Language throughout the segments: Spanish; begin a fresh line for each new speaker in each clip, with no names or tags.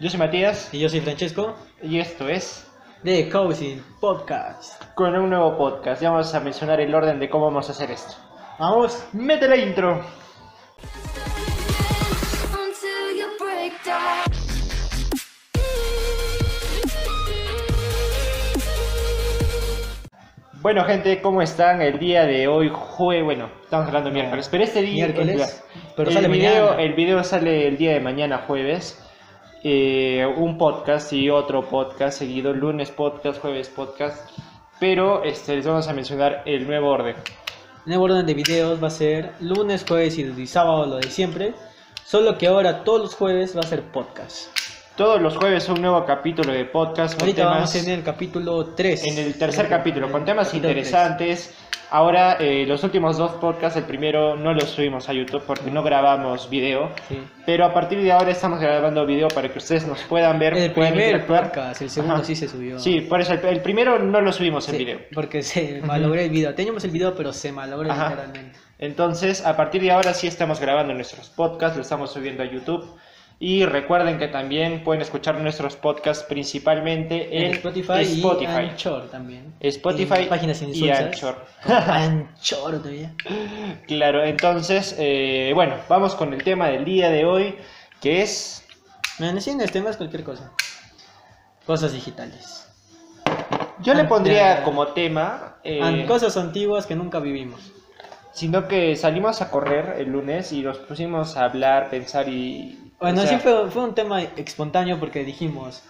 Yo soy Matías
Y yo soy Francesco
y esto es
de Cozy Podcast.
con un nuevo podcast. Ya vamos a mencionar el orden de cómo vamos a hacer esto. Vamos, mete la intro.
until you break down.
Bueno, gente, ¿cómo están? El día de hoy, jue... bueno, estamos hablando miércoles, pero este día.
Miércoles,
el-
pero
el
sale
video,
mañana.
El video sale el día de mañana, jueves. Eh, un podcast y otro podcast seguido, lunes podcast, jueves podcast. Pero este, les vamos a mencionar el nuevo orden.
El nuevo orden de videos va a ser lunes, jueves y, y sábado, lo de siempre. Solo que ahora todos los jueves va a ser podcast.
Todos los jueves un nuevo capítulo de podcast. con
Ahorita vamos
temas-
en el capítulo 3.
en el tercer capítulo con temas interesantes. Ahora, eh, los últimos dos podcasts, el primero no los subimos a YouTube porque no grabamos video. Pero a partir de ahora estamos grabando video para que ustedes nos puedan ver.
El
puedan
primer
interactuar.
podcast, el segundo
Ajá.
sí se subió.
Sí, por eso el, el primero no lo subimos
Sí,
en video.
porque se malogró el video. Teníamos el video, pero se malogró
Ajá.
literalmente.
Entonces, a partir de ahora sí estamos grabando nuestros podcasts, lo estamos subiendo a YouTube. Y recuerden que también pueden escuchar nuestros podcasts principalmente en,
En Spotify,
Spotify.
y Anchor también.
Spotify
Y páginas
y
insulsas.
Anchor.
Como Anchor todavía.
Claro, entonces, eh, bueno, vamos con el tema del día de hoy, que es...
Me decían temas cualquier cosa. Cosas digitales.
Yo le
Ah,
pondría
ya.
como tema, eh,
An- cosas antiguas que nunca vivimos.
sino que salimos a correr el lunes y nos pusimos a hablar, pensar y...
Bueno,
o sea,
sí fue, fue un tema espontáneo porque dijimos,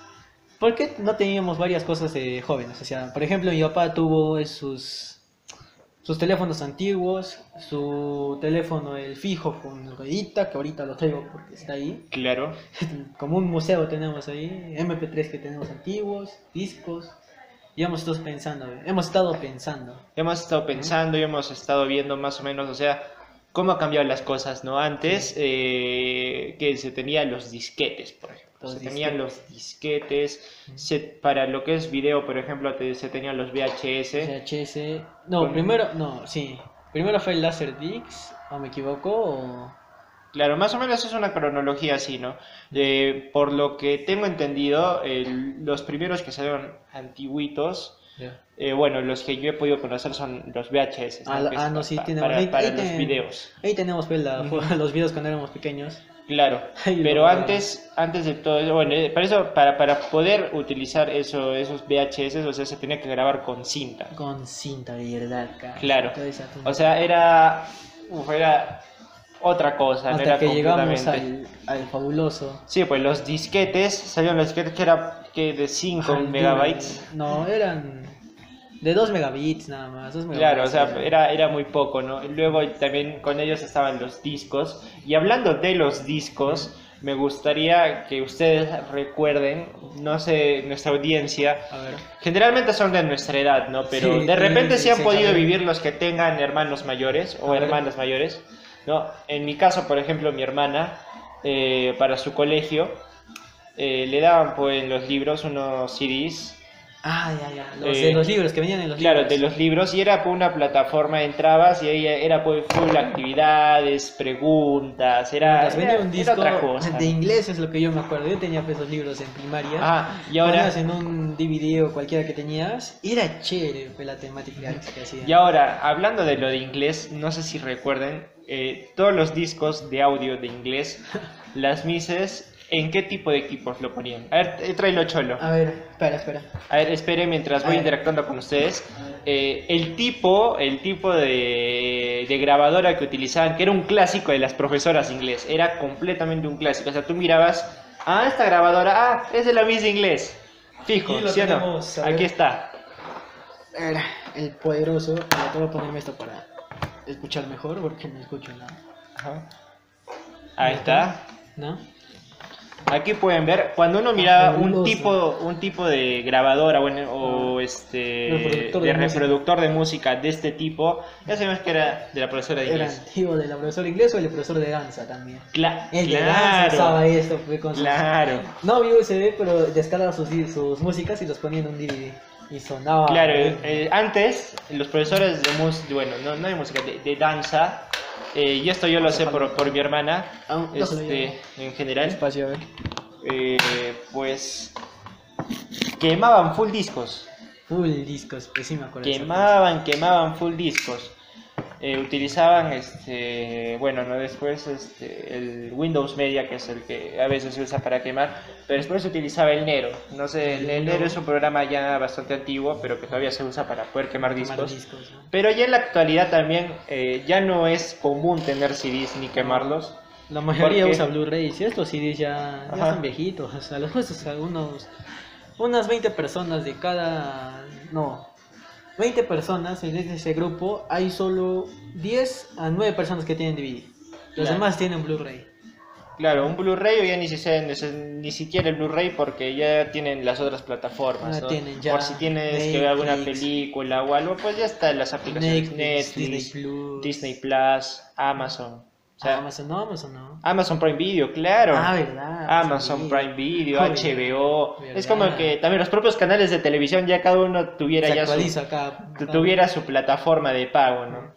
¿por qué no teníamos varias cosas de jóvenes? O sea, por ejemplo, mi papá tuvo sus, sus teléfonos antiguos, su teléfono el fijo con ruedita, que ahorita lo traigo porque está ahí.
Claro,
Como un museo tenemos ahí, MP3 que tenemos antiguos, discos. Y hemos estado pensando, hemos estado pensando.
hemos estado pensando y hemos estado viendo más o menos, o sea, cómo han cambiado las cosas, ¿no? Antes, eh, que se tenían los disquetes, por ejemplo.
Los
se tenían los disquetes, se- para lo que es video, por ejemplo, te- se tenían los VHS.
VHS. No,
Con-
primero, no, sí. Primero fue el Laserdix, o me equivoco, o...
Claro, más o menos es una cronología así, ¿no? Eh, por lo que tengo entendido, el- los primeros que salieron antiguitos, eh, bueno, los que yo he podido conocer son los VHS, ¿no?
Ah, la-
Que
ah,
es
no, sí,
pa-
tiene-
para,
ahí-
para
ahí
los
tiene-
videos,
Ahí tenemos pues, la- los videos cuando éramos pequeños.
claro.
Ahí lo
Pero
guardamos.
antes, antes de todo, eso, bueno, eh, para eso, para, para poder utilizar eso, esos VHS, o sea, se tenía que grabar con cinta.
Con cinta, de verdad, cara.
Claro.
Toda esa tumba.
O sea, era, uf, era otra cosa, no
hasta
era
que llegamos
completamente-
al, al fabuloso.
Sí, pues los disquetes, salieron los disquetes que era que de 5
al-
megabytes.
No, eran de 2 megabits nada más. dos
Claro, o
megabytes
sea, era, era muy poco, ¿no? Y Luego también con ellos estaban los discos. Y hablando de los discos, me gustaría que ustedes recuerden, no sé, nuestra audiencia.
A ver.
Generalmente son de nuestra edad, ¿no? Pero
Sí,
de
sí,
repente sí,
sí,
han
sí,
podido
saben.
vivir los que tengan hermanos mayores o
A ver.
hermanas mayores, ¿no? En mi caso, por ejemplo, mi hermana, eh, para su colegio, eh, le daban pues, en los libros unos CDs
Ah, ya, ya. Los,
Eh,
de los libros que venían en los
Claro,
libros.
de los libros y era por una plataforma, entrabas y ahí era por full actividades, preguntas, era,
Mientras venía
era-
un
Ah, era
disco
otra cosa.
de inglés, es lo que yo me acuerdo. Yo tenía pues, esos libros en primaria.
Ah, y ahora,
Ponías en un DVD o cualquiera que tenías, era chévere fue la temática que hacían.
y ahora, hablando de lo de inglés, no sé si recuerden, eh, todos los discos de audio de inglés, las mises, ¿en qué tipo de equipos lo ponían? A ver, eh, tráelo cholo.
A ver, espera, espera.
A ver, espere mientras voy
A ver.
interactuando con ustedes. Eh, el tipo, el tipo de, de grabadora que utilizaban, que era un clásico de las profesoras de inglés, era completamente un clásico. O sea, tú mirabas, ah, esta grabadora, ah, es de la Miss de inglés. Fijo,
Aquí lo
¿sí o no?
tenemos, a ver.
Aquí está.
A ver, el poderoso. Mira, te voy a ponerme esto para escuchar mejor porque no escucho nada.
Ahí está.
¿No?
Aquí pueden ver, cuando uno miraba un
Ah, Fabuloso. Ah.
tipo, un tipo de grabadora bueno, o este
Reproductor
de
de música.
reproductor de música de este tipo, ya sabemos que era de la profesora de
¿Era
inglés.
antiguo del profesor de inglés o el profesor de danza también?
Cla-
El de danza
claro,
usaba esto, fue con sus-
claro,
No había USB, pero descargaba sus, di- sus músicas y los ponía en un DVD. Y sonaba.
claro.
bien.
eh, antes, los profesores de música, bueno, no, no de música, de, de danza, eh, y esto yo lo sé por, por mi hermana,
Ah, no se lo
este, en general,
Espacio, a ver.
eh, pues quemaban full discos.
Full discos, pues sí me acuerdo. de esa
Quemaban, quemaban full discos. Eh, utilizaban este bueno no después este el Windows Media que es el que a veces se usa para quemar pero después se utilizaba el Nero no sé el, el Nero es un programa ya bastante antiguo pero que todavía se usa para poder quemar
cosa.
discos,
Quemar discos, ¿no?
pero ya en la actualidad también eh, ya no es común tener CDs ni quemarlos
La mayoría
Porque-
usa Blu-rays y estos CDs ya, ya
Ajá.
están viejitos. O sea, los puestos algunos. Unas 20 personas de cada. No. 20 personas en ese grupo hay solo 10 a 9 personas que tienen DVD. Los
Claro.
demás tienen Blu-ray.
claro un Blu-ray o ya ni, si se- ni se- ni siquiera el Blu-ray porque ya tienen las otras plataformas
Ah,
¿no?
tienen ya
por si tienes que ver alguna
Netflix.
película o algo pues ya están las aplicaciones Netflix,
Netflix, Disney Plus.
Disney Plus, Amazon. O sea, Amazon.
Amazon no, Amazon no.
Prime Video, claro.
Ah, verdad.
Amazon
sí.
Prime Video,
Joder,
HBO. Es
verdad.
como que también los propios canales de televisión ya cada uno tuviera
Se
ya su,
actualiza acá.
tu- tuviera su plataforma de pago, ¿no?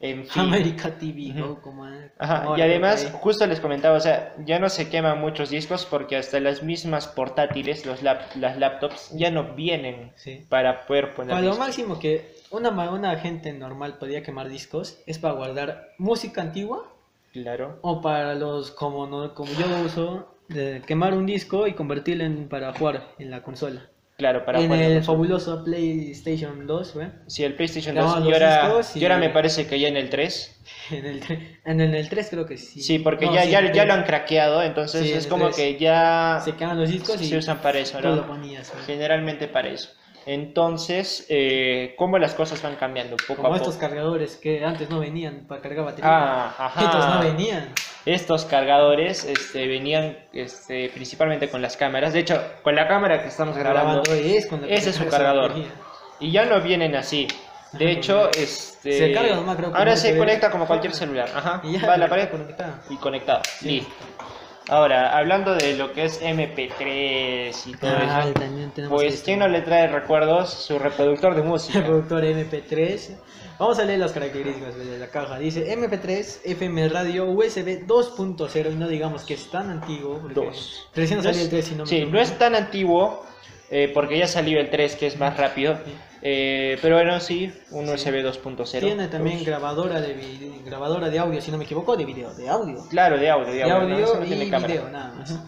En
Ah,
fin.
América TV, ¿no?
Ujú.
Como, ah,
Ajá,
como
y además,
ahora,
justo les comentaba, o sea, ya no se queman muchos discos porque hasta las mismas portátiles, los lap- las laptops, ya no vienen
Sí.
para poder poner
Para lo
discos.
máximo que una, ma- una gente normal podía quemar discos es para guardar música antigua
Claro.
o para los como no como yo uso de quemar un disco y convertirlo en para jugar en la consola.
Claro, para
en
poner
el
los-
fabuloso PlayStation 2, ¿ve?
Sí, el PlayStation
Grababan
2. Y
los
ahora,
discos y-
y ahora me parece que ya en el 3.
En el, tre- en el, en el 3 creo que sí.
Sí, porque
No,
ya,
sí, en
ya,
el
ya lo han
tres.
craqueado, entonces
Sí, en
es
el
como
tres.
que ya
se queman los discos y
se usan para eso,
tú lo
¿no?
ponías. ¿ve?
Generalmente para eso. Entonces, eh, ¿cómo las cosas van cambiando poco
Como
a
estos
poco?
cargadores que antes no venían para cargar batería.
Ah, ajá.
Estos no venían.
Estos cargadores este, venían este, principalmente con las cámaras. De hecho, con la cámara que estamos grabando.
es con la que
Ese es
se
su
carga esa
cargador.
batería.
Y ya no vienen así. De
Ajá,
hecho,
normal.
este,
Se carga nomás, creo que
ahora
no se
se
ve.
conecta como cualquier celular. Ajá.
Y ya
Va a la
lo
pared
conectaba.
y conectado. Listo. Ahora, hablando de lo que es MP3 y todo
Ah,
eso,
también tenemos
pues
esto.
¿quién no le trae recuerdos? Su reproductor de
El
música.
productor MP3. Vamos a leer las características de la caja. Dice MP3, FM radio, USB 2.0. Y no digamos que es tan antiguo. porque
Dos.
Recién
No
salió
es-
el 3 y no me
sí,
equivoco.
no es tan antiguo, eh, porque ya salió el 3, que es más rápido. eh, pero bueno, sí, un
Sí.
USB 2.0.
Tiene también
Dos.
grabadora de vi- grabadora de audio, si no me equivoco, de video, de audio.
Claro, de audio, de
De
audio. ¿no?
audio
Eso no
y
tiene cámara.
video, nada más.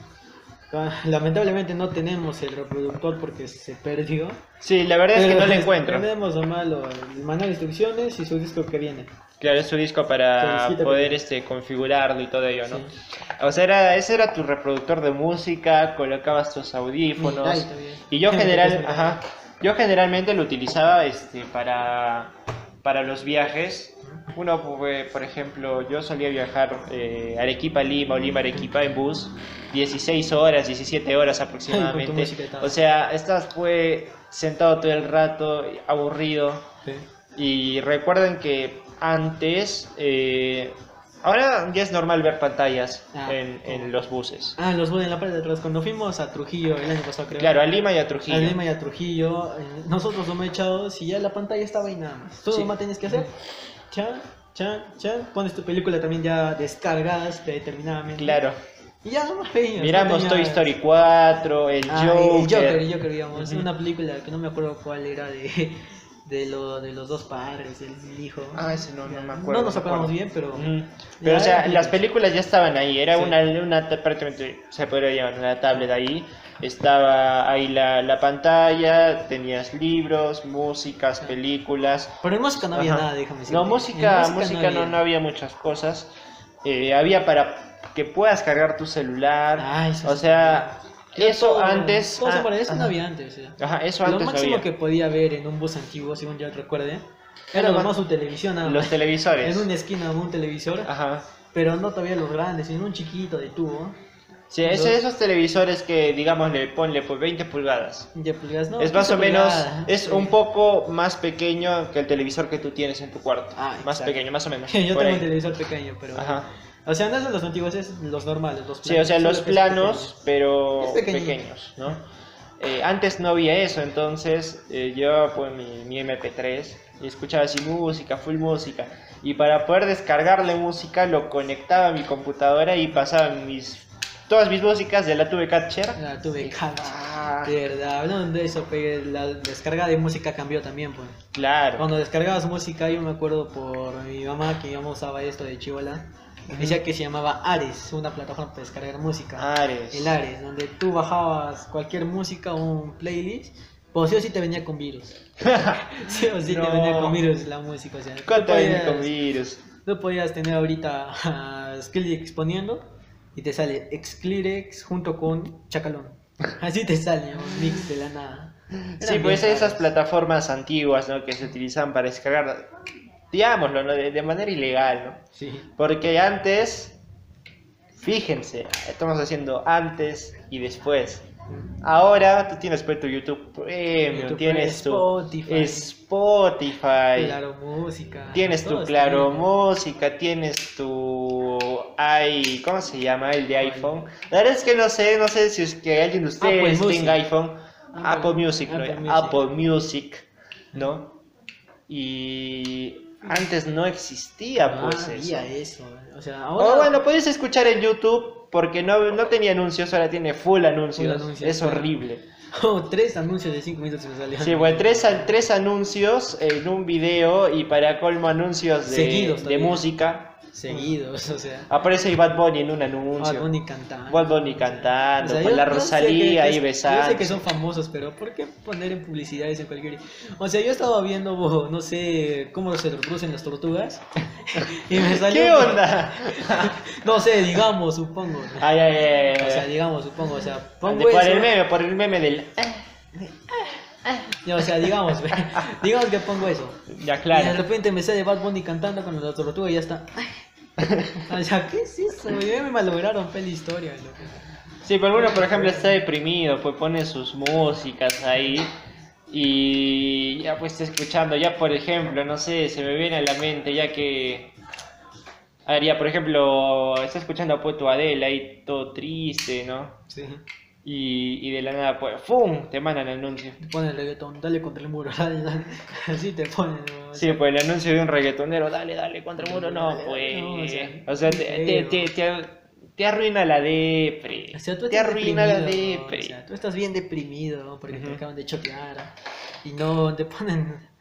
Ah, Lamentablemente no tenemos el reproductor porque se perdió.
Sí, la verdad es que
Pero
no lo encuentro.
Tenemos nomás lo- el manual de instrucciones y su disco que viene.
Claro, es su disco
Se
para
necesita
poder
que-
este, configurarlo y todo ello, ¿no?
Sí.
O sea, era, ese era tu reproductor de música, colocabas tus audífonos.
Ay, está bien.
Y yo
Es
general,
verdad.
ajá, yo generalmente lo utilizaba este para para los viajes. Uno fue, por ejemplo, yo solía viajar eh, Arequipa Lima o Lima Arequipa en bus 16 horas, 17 horas
Ay, con tu
aproximadamente.
música y tal.
O sea, estás fue sentado todo el rato, aburrido. Y recuerden que antes, eh, ahora ya es normal ver pantallas
Ah,
en, en los buses.
Ah, los voy en la parte de atrás. Cuando fuimos a Trujillo el año pasado, creo.
Claro, a Lima y a
A
Trujillo.
Lima y a Trujillo, eh, nosotros somos echados y ya la pantalla estaba ahí nada más. Tú
Sí.
nomás tienes que hacer chan, chan, chan. Pones tu película también ya descargadas predeterminadamente.
Claro.
Y ya nomás veías,
Miramos
no
Toy
tenías-
Story 4, el
Ah,
Joker.
el Joker, el Joker, digamos.
Ujú.
Una película que no me acuerdo cuál era de, de, lo- de los dos padres, el hijo.
Ah, ese no, no me acuerdo,
No
no
nos
me acuerdo.
acordamos bien, pero.
Ujú.
Ya
Pero, o sea,
era-
las películas ya estaban ahí. Era
Sí.
una, una, ta- prácticamente, se podría llamar una tablet ahí. Estaba ahí la, la pantalla, tenías libros, músicas, películas.
Pero en música no había
Ajá.
nada, déjame decir.
No, música, música no, no había muchas cosas. Eh, había para que puedas cargar tu celular.
Ah, eso
o
sí.
sea, eso antes.
Todo
ah,
sobre eso no
ajá.
había antes. ya.
Ajá, eso
lo
antes no
máximo
había.
que podía ver en un bus antiguo, según yo recuerde,
Era
era lo
más-
más su televisión. nada
Los Ah.
más.
televisores.
En una esquina de un televisor,
Ajá.
pero no todavía los grandes, sino un chiquito de tubo.
Sí, es-
Los-
esos televisores que, digamos, le ponle pues 20 pulgadas.
Ya pulgadas, no,
es más
15
o menos,
pulgadas.
es
Sí.
un poco más pequeño que el televisor que tú tienes en tu cuarto.
Ah,
más
exacto.
pequeño, más o menos.
Yo tengo
por ahí.
un televisor pequeño, pero.
Ajá.
O sea, no son los antiguos, es los normales, los
Sí, o sea,
solo
los
que es
planos, pero
Es pequeñito.
pequeños, ¿no? Eh, antes no había eso, entonces eh, yo pues mi, mi MP3 y escuchaba así música, full música. Y para poder descargarle música lo conectaba a mi computadora y pasaba mis Todas mis músicas de la tuve catcher.
La tuve cacha.
Ah,
De verdad, hablando de eso, pe, la descarga de música cambió también, pues.
claro.
Cuando descargabas música, yo me acuerdo por mi mamá que mi mamá usaba esto de chivola. Decía que se llamaba Ares, una plataforma para descargar música.
Ares.
El Ares, donde tú bajabas cualquier música o un playlist, pues sí o sí te venía con virus. Sí o sí
No.
te venía con virus la música. O sea, no
¿Cuánto hay
podías-
con virus?
No podías tener ahorita a Skrillex exponiendo y te sale Skrillex junto con Chacalón. Así te sale un mix de la nada.
Sí,
Eran
pues
bien
esas
raros.
plataformas antiguas, ¿no? Que se utilizaban para descargar, digámoslo, ¿no? De, de manera ilegal, ¿no?
Sí.
Porque antes, fíjense, estamos haciendo antes y después. Ahora tú tienes pues tu YouTube Premium,
YouTube
tienes tu
Spotify.
Spotify,
Claro, música.
tienes tu
todo está
Claro
bien.
Música, tienes tu i, ¿cómo se llama? El de iPhone. La verdad es que no sé, no sé si es que alguien de ustedes
Music.
tenga iPhone,
Apple-
Apple, Music, ¿no?
Apple Music.
Apple Music, ¿no? Y antes no existía
Ah,
pues eso.
había eso. eh. O sea,
O
ahora.
bueno, puedes escuchar en YouTube porque no, no tenía anuncios, ahora tiene full anuncios.
Full anuncios,
es
claro.
horrible.
Como oh, tres anuncios de cinco minutos se me salían.
Sí, bueno, tres, an- tres anuncios en un video y para colmo anuncios de,
Seguidos
de
también.
música.
Seguidos, o sea.
Aparece Bad Bunny en un anuncio.
Bad Bunny cantando.
Bad Bunny cantando,
O sea,
con
yo-
la
yo sé
Rosalía
que-
ahí
yo sé- Yo sé que
besándose.
son famosos, pero ¿por qué poner en publicidades en cualquier... O sea, yo estaba viendo, bo, no sé, cómo se reproducen las tortugas. y me salió...
¿Qué onda? Ah,
No sé, digamos, supongo.
Ay, ay, ay, ay.
O sea, digamos, supongo, o sea,
Por
pongo eso,
el meme, por el meme del.
y, o sea, digamos, digamos que pongo eso.
Ya,
Y de
claro.
repente me sale Bad Bunny cantando con la tortuga y ya está. o sea, ¿qué es eso? Ya me malograron, peli historia. loco.
Sí, pero uno, por ejemplo, está deprimido, pues pone sus músicas ahí y ya pues está escuchando, ya por ejemplo, no sé, se me viene a la mente ya que... A ver, ya por ejemplo, está escuchando pues tu Adele ahí todo triste, ¿no?
Sí.
Y, y de la nada pues, ¡fum! te mandan el anuncio.
Te ponen el reggaetón, dale contra el muro, dale, dale. Así te ponen. ¿no?
Sí, pues el anuncio de un reggaetonero, dale, dale, contra el muro, no,
Dale,
pues.
no, o sea,
o sea, te, te, te, te- te arruina la depre.
O sea, tú
te
estás
arruina la
deprimido, ¿no?
depre.
O sea, tú estás bien deprimido ¿no? porque
Ujú.
te acaban de choquear y no te ponen.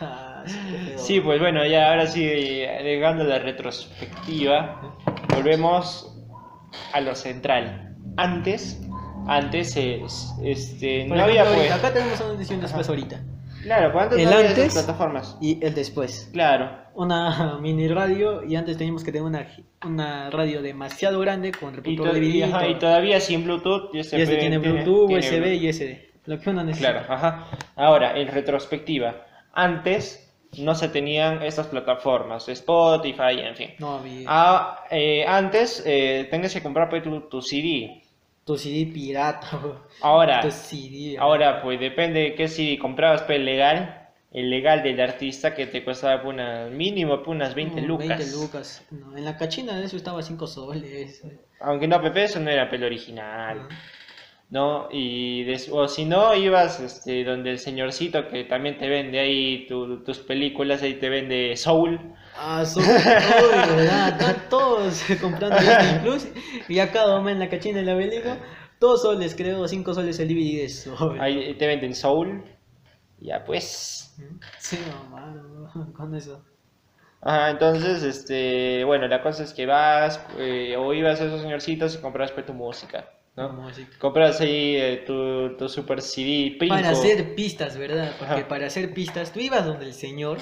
Ah, sí, qué feo.
Sí, pues bueno, ya ahora sí, llegando a la retrospectiva, volvemos a lo central. Antes, antes es- este,
Por
no
ejemplo,
había
ahorita,
pues.
Acá tenemos una edición después ahorita.
Claro, pues antes
El
no había esas
antes-
plataformas.
Y el después.
Claro,
Una mini radio y antes teníamos que tener una, una radio demasiado grande con
y,
reproductor
to-
de
y,
video.
ajá, y todavía sin Bluetooth. Y
Y este tiene Bluetooth, USB y SD. Lo que uno necesita.
Claro, ajá. Ahora, en retrospectiva, antes no se tenían estas plataformas, Spotify, en fin.
No había.
Ah, eh, antes eh, tenías que comprar pues, tu, tu CD.
Tu CD pirata, bro.
Ahora,
Tu CD. bro.
ahora pues depende de qué CD comprabas, pues legal, el legal del artista que te costaba pues, una- mínimo pues, unas 20
No,
lucas.
20 lucas. No, en la cachina de eso estaba 5 soles.
Aunque no, Pepe, eso no era pelo original. ¿no? Y des- o si no, ibas este, donde el señorcito que también te vende ahí tu- tus películas, ahí te vende Soul.
Ah, son todo, ¿verdad? Están todos comprando Disney Plus. Y acá doma en la cachina en la película. Dos soles, creo, 5 soles el DVD de sol.
Ahí te venden Soul. Ya pues.
Sí, mamá, no, con eso.
Ajá, entonces, este, bueno, la cosa es que vas eh, o ibas a esos señorcitos y compras pues, tu música, ¿no?
Música.
Compras ahí eh, tu, tu super CD Princo.
Para hacer pistas, ¿verdad? Porque
Ajá.
para hacer pistas, tú ibas donde el señor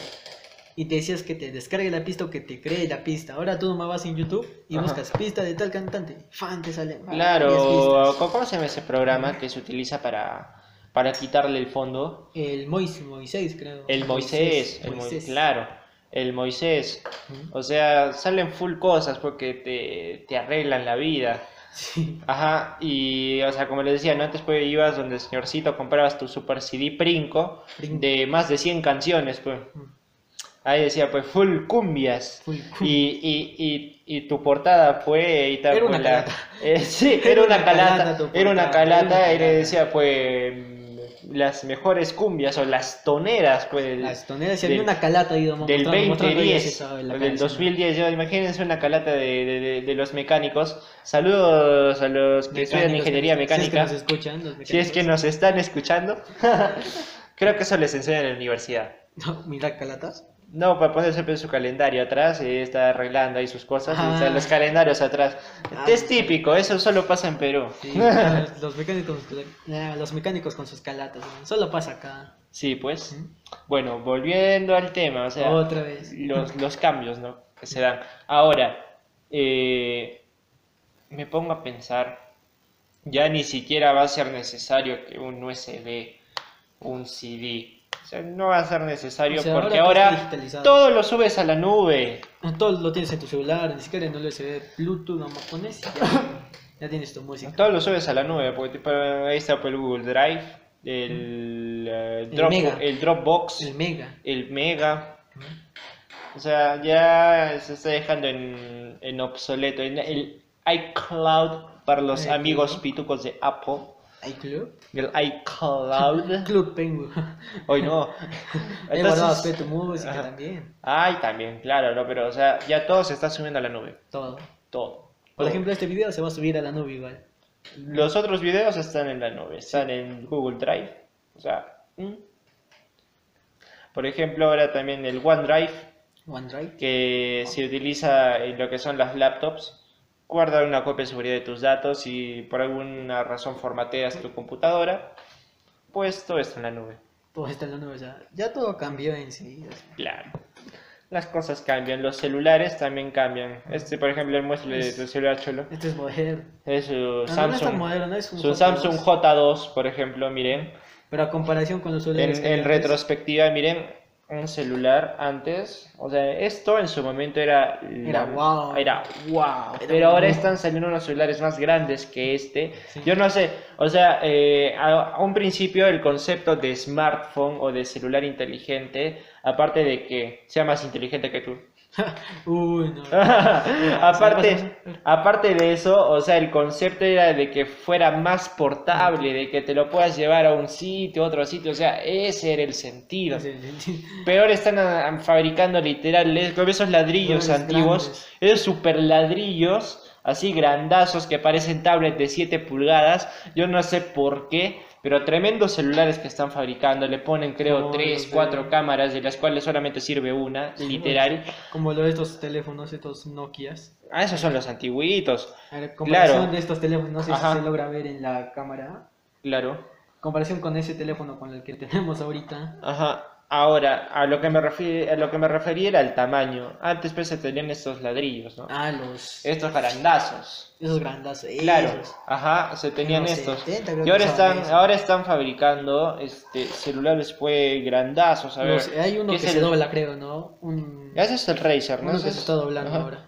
y te decías que te descargue la pista o que te cree la pista. Ahora tú nomás vas en YouTube y
Ajá.
buscas pista de tal cantante. Fan, te sale. varias
Claro,
pistas.
¿cómo cómo se llama ese programa que se utiliza para, para quitarle el fondo?
El Mois- Moisés, creo.
El Moisés, el Mo- claro, el Moisés.
Ujú.
O sea, salen full cosas porque te, te arreglan la vida.
Sí.
Ajá, y o sea, como les decía, ¿no? antes pues ibas donde el señorcito comprabas tu super CD Princo
Princo.
de más de 100 canciones, pues.
Ujú.
Ahí decía, pues, full cumbias.
Full
Y, y, y, y tu portada fue y tal,
Era una
pues, la-
calata.
Eh, sí, era una calata.
tu
Era una
portada, era una
calata y le
calata.
decía, pues, mm, las mejores cumbias o las toneras, pues,
Las toneras, si había
del-
una calata ahí, vamos
del
mostrando- mostrando ahí,
2010
esa-
o
la
del
cabeza, ¿no?
2010. Yo, imagínense una calata de, de- de- de los mecánicos. Saludos a los que estudian
Mecánicos,
ingeniería
mecánicos,
mecánica.
Si es que nos escuchan, los
Si es que
mecánicos.
nos están escuchando, creo que eso les enseñan en la universidad.
No, mira, calatas.
No, para poner siempre su calendario atrás, eh, está arreglando ahí sus cosas, y
Ah.
están los calendarios atrás.
Ah.
Es típico, eso solo pasa en Perú.
Sí, los, los mecánicos, ah, los mecánicos con sus calatas. ¿no? Solo pasa acá.
Sí, pues.
¿Mm?
Bueno, volviendo al tema, o sea,
Otra vez.
los, los cambios, ¿no? Que se dan. Ahora, eh, me pongo a pensar, ya ni siquiera va a ser necesario que un USB, un CD, o sea, no va a ser necesario
O sea,
porque
ahora todo está
ahora
digitalizado. Ah,
todo lo subes a la nube.
Todo lo tienes en tu celular, ni siquiera en USB, Bluetooth, nomás pones y ya, ya tienes tu música.
Todo lo subes a la nube, porque tipo, ahí está por el Google Drive, el, eh,
Mm. El
Drop-
Mega.
el Dropbox,
El Mega.
el Mega. O sea, ya se está dejando en, en obsoleto. En el iCloud para los
iCloud.
amigos pitucos de Apple.
iClub.
El iCloud.
Club Pengu.
Hoy no.
Eh, He
Entonces-
guardado P tu música
Ajá.
también.
Ay, también, claro, no, pero o sea, ya todo se está subiendo a la nube.
Todo.
Todo.
Por
Todo.
ejemplo, este video se va a subir a la nube igual.
Los otros videos están en la nube, están en Google Drive. O sea, mm. por ejemplo, ahora también el OneDrive,
OneDrive.
que se utiliza en lo que son las laptops, guarda una copia de seguridad de tus datos y por alguna razón formateas tu computadora, pues todo está en la nube.
Todo está en la nube ya. Ya todo cambió enseguida.
Claro. Las cosas cambian, los celulares también cambian. Este, por ejemplo, el muestre de tu celular cholo.
Este es moderno.
Es su
No, no es tan
Samsung.
moderno, es un
Su
J2.
Samsung J2, por ejemplo, miren.
Pero a comparación con los celulares
En,
que
en
había antes,
retrospectiva, miren, un celular antes, o sea, esto en su momento era...
Era guau.
Era wow.
Era
Pero ahora
guau.
están saliendo unos celulares más grandes que este.
Sí.
Yo no sé, o sea, eh, a, a un principio el concepto de smartphone o de celular inteligente, aparte de que sea más inteligente que tú,
Uy, no.
aparte, aparte de eso, o sea, el concepto era de que fuera más portable, de que te lo puedas llevar a un sitio, a otro sitio, o sea, ese era el sentido. Peor están ah, fabricando literal es- con esos ladrillos
Grandes,
antiguos,
grandes.
esos super ladrillos, así grandazos que parecen tablets de 7 pulgadas, yo no sé por qué, pero tremendos celulares que están fabricando, le ponen creo
No,
3,
no sé.
4 cámaras de las cuales solamente sirve una,
Sí,
literal.
Como lo de estos teléfonos, estos Nokias.
Ah, esos son los antiguitos,
A ver, comparación
Claro.
de estos teléfonos, no sé
Ajá.
si se logra ver en la cámara.
claro.
Comparación con ese teléfono con el que tenemos ahorita.
Ajá. Ahora, a lo que me refiero, a lo que me refería era el tamaño. Antes pues se tenían estos ladrillos, ¿no?
Ah, los.
Estos grandazos.
Esos grandes.
Claro, ajá, se tenían
los
estos.
70
y
creo que
ahora
usaban
están,
eso.
ahora están fabricando este celulares pues grandazos, a ver.
hay uno
¿qué
que
es
se
el-
dobla, creo, ¿no? Un...
Ese es el Razer, ¿no?
Uno que
Ese
se
es-
está doblando
ajá.
ahora.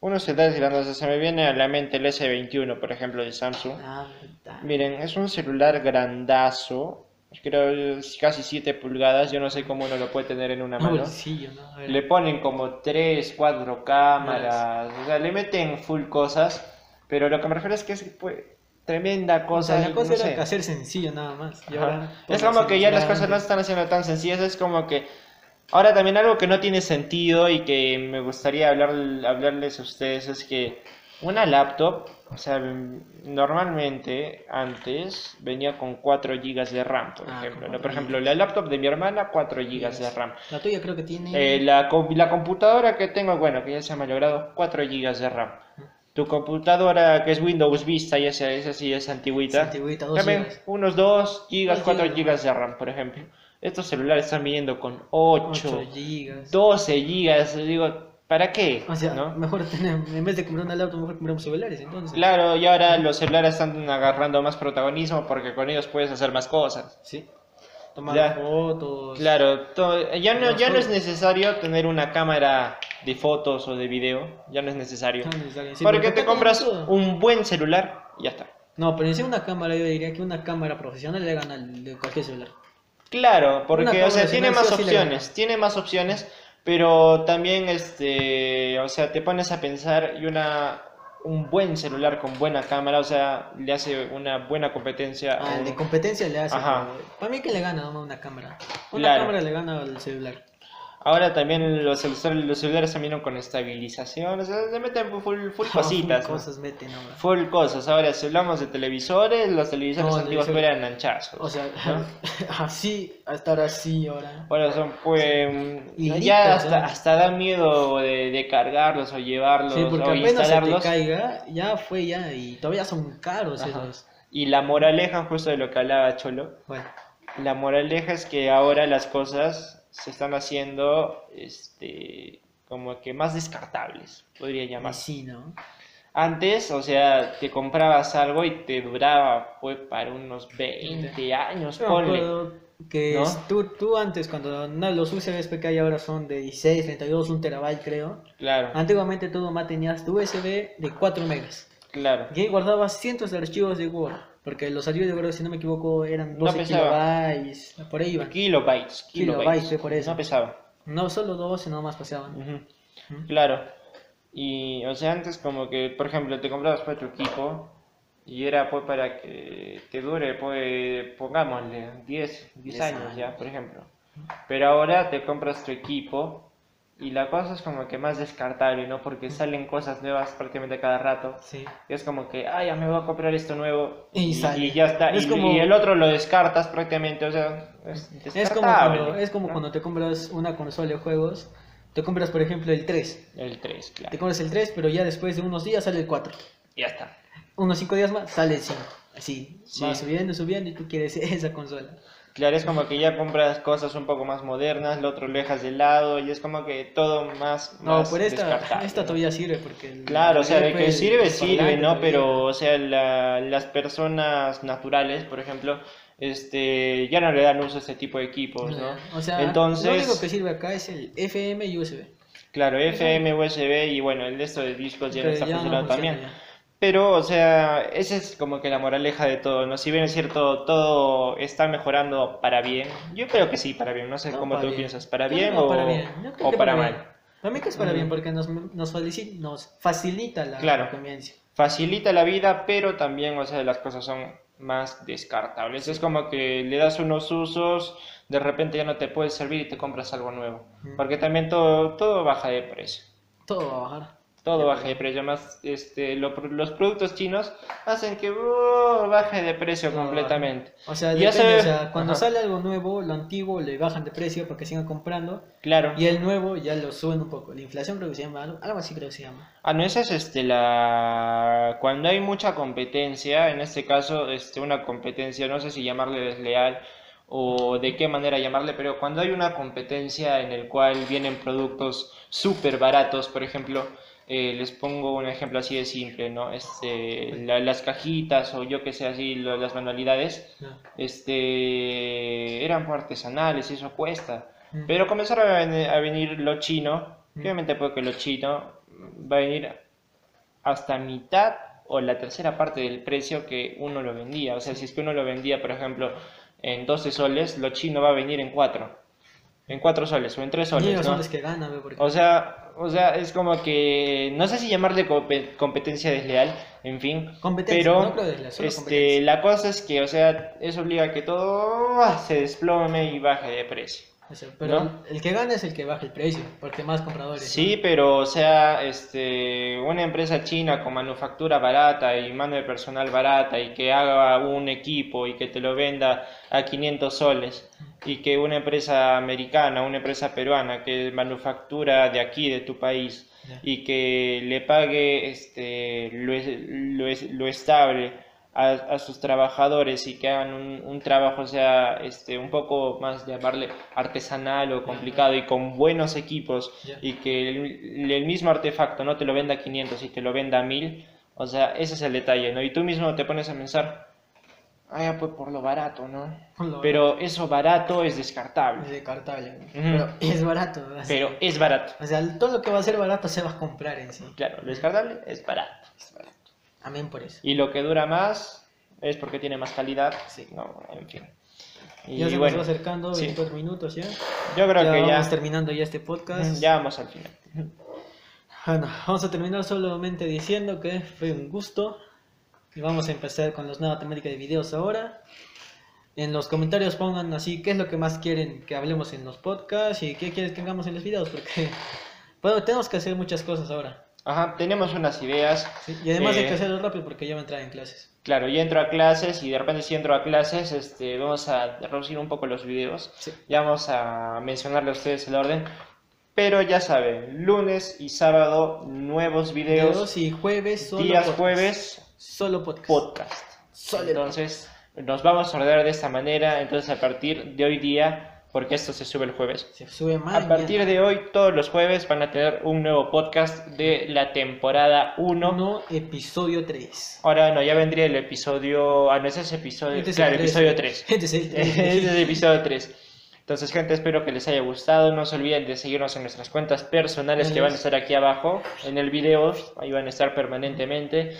Unos celulares grandotes, se me viene a la mente el S21, por ejemplo, de Samsung.
Ah, está.
Miren, es un celular grandazo, creo es casi 7 pulgadas, yo no sé cómo uno lo puede tener en una
Un
mano.
bolsillo, ¿no? A ver.
Le ponen como 3, 4 cámaras, o sea, le meten full cosas, pero lo que me refiero es que es pues, tremenda
O
cosa.
sea, la
y
cosa
no
era
sé.
que hacer sencillo nada más. Y
Ajá.
ahora
Es
todo
como
se
que
nos
ya las
grande.
cosas no se están haciendo tan sencillas, es como que... Ahora también algo que no tiene sentido y que me gustaría hablar, hablarles a ustedes es que una laptop, o sea, mm, normalmente antes venía con 4 GB de RAM, por
Ah, con
ejemplo. ¿no?
4
Por ejemplo, la laptop de mi hermana, 4 GB de RAM.
La tuya creo que tiene.
Eh, la, com- la computadora que tengo, bueno, que ya se ha malogrado, 4 GB de RAM. Tu computadora que es Windows Vista, ya sea esa sí es
es
antigüita.
antigüita, dos
También
gigas.
unos 2 GB,
Dos
4
gigas,
GB de RAM, por ejemplo. Estos celulares están viniendo con 8,
8 gigas.
12 GB. Digo, ¿para qué?
O sea,
¿No?
mejor tener, en vez de comprar una laptop, mejor compramos celulares, entonces.
Claro, y ahora los celulares están agarrando más protagonismo porque con ellos puedes hacer más cosas.
Sí. Tomar
Ya.
fotos.
Claro, to- ya no,
Los
ya no es
juegos.
necesario tener una cámara de fotos o de video, ya no es necesario.
Ah, No es necesario, sí,
Porque
porque
te
acá
compras
tienen todo.
un buen celular y ya está.
No, pero si una cámara, yo diría que una cámara profesional le gana al de cualquier celular.
Claro,
Una
porque, o sea,
cámara, si
tiene
no,
más
sí o sí le gana.
opciones, tiene más opciones, pero también, este, o sea, te pones a pensar y una, un buen celular con buena cámara, o sea, le hace una buena competencia. a
Ah, el
un-
de competencia le hace.
Ajá.
pero Para mí que le gana nomás una cámara. Una
Claro.
cámara le gana al celular.
Ahora también los celulares, los celulares también vienen con estabilización, o sea, se meten full, full cositas. ¿no?
Cosas meten ahora.
Full cosas. Ahora, si hablamos de televisores, los televisores
No,
antiguos
televisor-
eran anchazos.
O sea,
¿no?
así, hasta ahora sí, ahora.
Ahora son, pues.
Y
ya
ahorita,
hasta,
¿no?
hasta da miedo de, de cargarlos o llevarlos
Sí, porque
o
apenas se te
instalarlos.
caiga, ya fue ya, y todavía son caros
Ajá.
esos.
Y la moraleja, justo de lo que hablaba Cholo,
Bueno,
la moraleja es que ahora las cosas se están haciendo este, como que más descartables, podría
y
llamarse.
sí, ¿no?
Antes, o sea, te comprabas algo y te duraba, fue para unos 20 años,
Yo me
ponle.
acuerdo que
¿No?
es- tú, tú antes, cuando no, los USBs que hay ahora son de 16, 32, 1 terabyte, creo.
Claro,
Antiguamente tú nomás tenías tu USB de 4 megas.
claro.
Y ahí guardabas cientos de archivos de Word. Porque los archivos de Word, si no me equivoco, eran
No
12
pesaba.
kilobytes. Por ahí iban.
Kilobytes,
Kilobytes, sí, por eso.
No pesaba.
No solo 12 nomás pasaban.
Ujú.
Ujú.
Claro. Y, o sea, antes como que, por ejemplo, te comprabas para tu equipo y era pues para que te dure, pues, pongámosle, 10, 10
Diez
años
años.
ya, por ejemplo. Pero ahora te compras tu equipo y la cosa es como que más descartable, ¿no? Porque salen cosas nuevas prácticamente cada rato.
Sí.
Y es como que, ah, ya me voy a comprar esto nuevo
Y sale.
ya está.
Es
y,
como-
y el otro lo descartas prácticamente, o sea, es
Es como,
descartable,
cuando, es como
¿no?
cuando te compras una consola de juegos. Te compras, por ejemplo, el 3.
El 3,
Te
claro.
compras el 3, pero ya después de unos días sale el 4.
Ya está.
Unos 5 días más sale el 5. Así.
Sí.
Va subiendo, subiendo y tú quieres esa consola.
Claro, es como que ya compras cosas un poco más modernas, lo otro lo dejas de lado y es como que todo más,
No,
más
por esta,
descartable.
esta todavía sirve porque... el-
Claro, o sea, de que
el-
sirve,
el
sirve,
parlante
¿no?
todavía.
Pero, o sea, la- las personas naturales, por ejemplo, este, ya no le dan uso a este tipo de equipos, ¿no?
O sea,
Entonces,
lo único que sirve acá es el FM y USB.
claro, FM, USB y bueno, el de esto de discos ya no
Pero
está
ya no
funcionando
funciona
también.
ya.
Pero, o sea, esa es como que la moraleja de todo, ¿no? Si bien es cierto, todo está mejorando para bien. Yo creo que sí, para bien. No sé
No,
cómo
para
tú
bien.
piensas, ¿para
Yo
bien
creo
o,
para bien, yo creo
o
que
para
para bien.
mal?
Para mí que es para
Ujú.
bien porque nos, nos, falici- nos facilita la
Claro.
convivencia.
Facilita la vida, pero también, o sea, las cosas son más descartables. Es como que le das unos usos, de repente ya no te puede servir y te compras algo nuevo.
Ujú.
Porque también todo, todo baja de precio.
Todo va a bajar.
Todo baja de precio, más este, lo- los productos chinos hacen que uh, baje de precio
Todo
completamente.
O sea,
Ya
depende,
se-
o sea, cuando
Ajá.
sale algo nuevo, lo antiguo le bajan de precio para que sigan comprando.
Claro.
Y el nuevo ya lo suben un poco. La inflación creo que se llama, algo, algo así creo que se llama.
Ah, no, esa es este, la... Cuando hay mucha competencia, en este caso, este, una competencia, no sé si llamarle desleal o de qué manera llamarle, pero cuando hay una competencia en el cual vienen productos súper baratos, por ejemplo, eh, les pongo un ejemplo así de simple, ¿no? Este, la- las cajitas o yo que sé, así, lo- las manualidades,
No.
este, eran artesanales y eso cuesta.
Mm.
Pero comenzaron a, ven- a venir lo chino, que
Mm.
obviamente porque lo chino va a venir hasta mitad o la tercera parte del precio que uno lo vendía. O sea, si es que uno lo vendía, por ejemplo, en 12 soles, lo chino va a venir en 4. En 4 soles o en 3
Y
soles,
ellos
¿no?
son los que ganan, ve, porque...
O sea, o sea, es como que, no sé si llamarle compe- competencia desleal, en fin,
Competencia,
pero
no creo desleal, solo
este,
competencia.
la cosa es que, o sea, eso obliga a que todo ah, se desplome y baje de precio.
O sea, pero
¿no?
el que gana es el que baja el precio, porque más compradores. ¿no?
Sí, pero o sea, este, una empresa china con manufactura barata y mano de personal barata y que haga un equipo y que te lo venda a 500 soles y que una empresa americana, una empresa peruana que manufactura de aquí, de tu país
Ya.
y que le pague este, lo, es- lo es- lo estable a, a sus trabajadores y que hagan un, un trabajo, o sea, este, un poco más llamarle artesanal o complicado y con buenos equipos
Ya.
y que el, el mismo artefacto no te lo venda a 500 y te lo venda a 1000, o sea, ese es el detalle, ¿no? Y tú mismo te pones a pensar, ah, ya, pues por lo barato, ¿no?
Lo-
Pero eso barato es
Es
descartable,
descartable, ¿no?
Ujú.
pero es barato. ¿no? Así-
pero es barato.
O sea, todo lo que va a ser barato se va a comprar en sí.
Claro, lo descartable es barato.
Amén por eso.
Y lo que dura más es porque tiene más calidad.
Sí.
No, en fin. Y
ya se
bueno,
nos va acercando,
sí.
24 minutos ya.
yo creo
ya
que
vamos
ya,
terminando ya este podcast.
ya vamos al final.
Bueno, vamos a terminar solamente diciendo que fue un gusto. Y vamos a empezar con las nuevas temáticas de videos ahora. En los comentarios pongan así qué es lo que más quieren que hablemos en los podcasts y qué quieren que hagamos en los videos, porque bueno, tenemos que hacer muchas cosas ahora.
Ajá, tenemos unas ideas.
¿sí? Y además hay
Eh.
que hacerlo rápido porque ya va a entrar en clases.
Claro, yo entro a clases y de repente si entro a clases, este, vamos a reducir un poco los videos.
Sí.
Ya vamos a mencionarle a ustedes el orden. Pero ya saben, lunes y sábado nuevos videos,
Videos y jueves solo
Eh, días
podcast.
jueves
Solo podcast.
podcast.
Solo el
Entonces, nos vamos a ordenar de esta manera, entonces a partir de hoy día, porque esto se sube el jueves.
Se sube más.
A partir de este hoy, todos los jueves van a tener un nuevo podcast de la temporada 1.
uno episodio 3.
Ahora no, ya vendría el episodio. Ah, no, ese es episodio. claro, episodio 3.
Este es el tres.
Eh, Ese es el episodio 3. Entonces, gente, espero que les haya gustado. No se olviden de seguirnos en nuestras cuentas personales que van a estar aquí abajo en el video. Ahí van a estar permanentemente.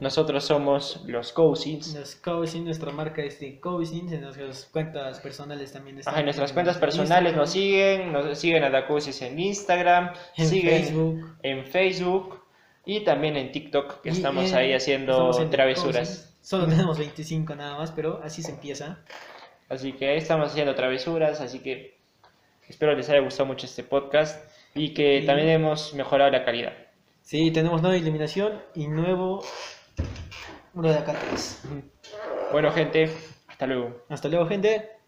Nosotros somos los Cousins.
Los Cousins, nuestra marca es de Cousins, en nuestras cuentas personales también están.
Ajá, en nuestras cuentas personales nos
Instagram,
siguen, nos siguen a Dacusis en Instagram,
en
siguen
Facebook.
en Facebook y también en TikTok, que
y
estamos
en-
ahí haciendo
estamos en The
travesuras.
Cousins. Solo tenemos 25 nada más, pero así se empieza.
Así que ahí estamos haciendo travesuras, así que espero les haya gustado mucho este podcast y que
Y-
también hemos mejorado la calidad.
Sí, tenemos nueva iluminación y nuevo muro de acá atrás.
Bueno, gente, hasta luego.
Hasta luego, gente.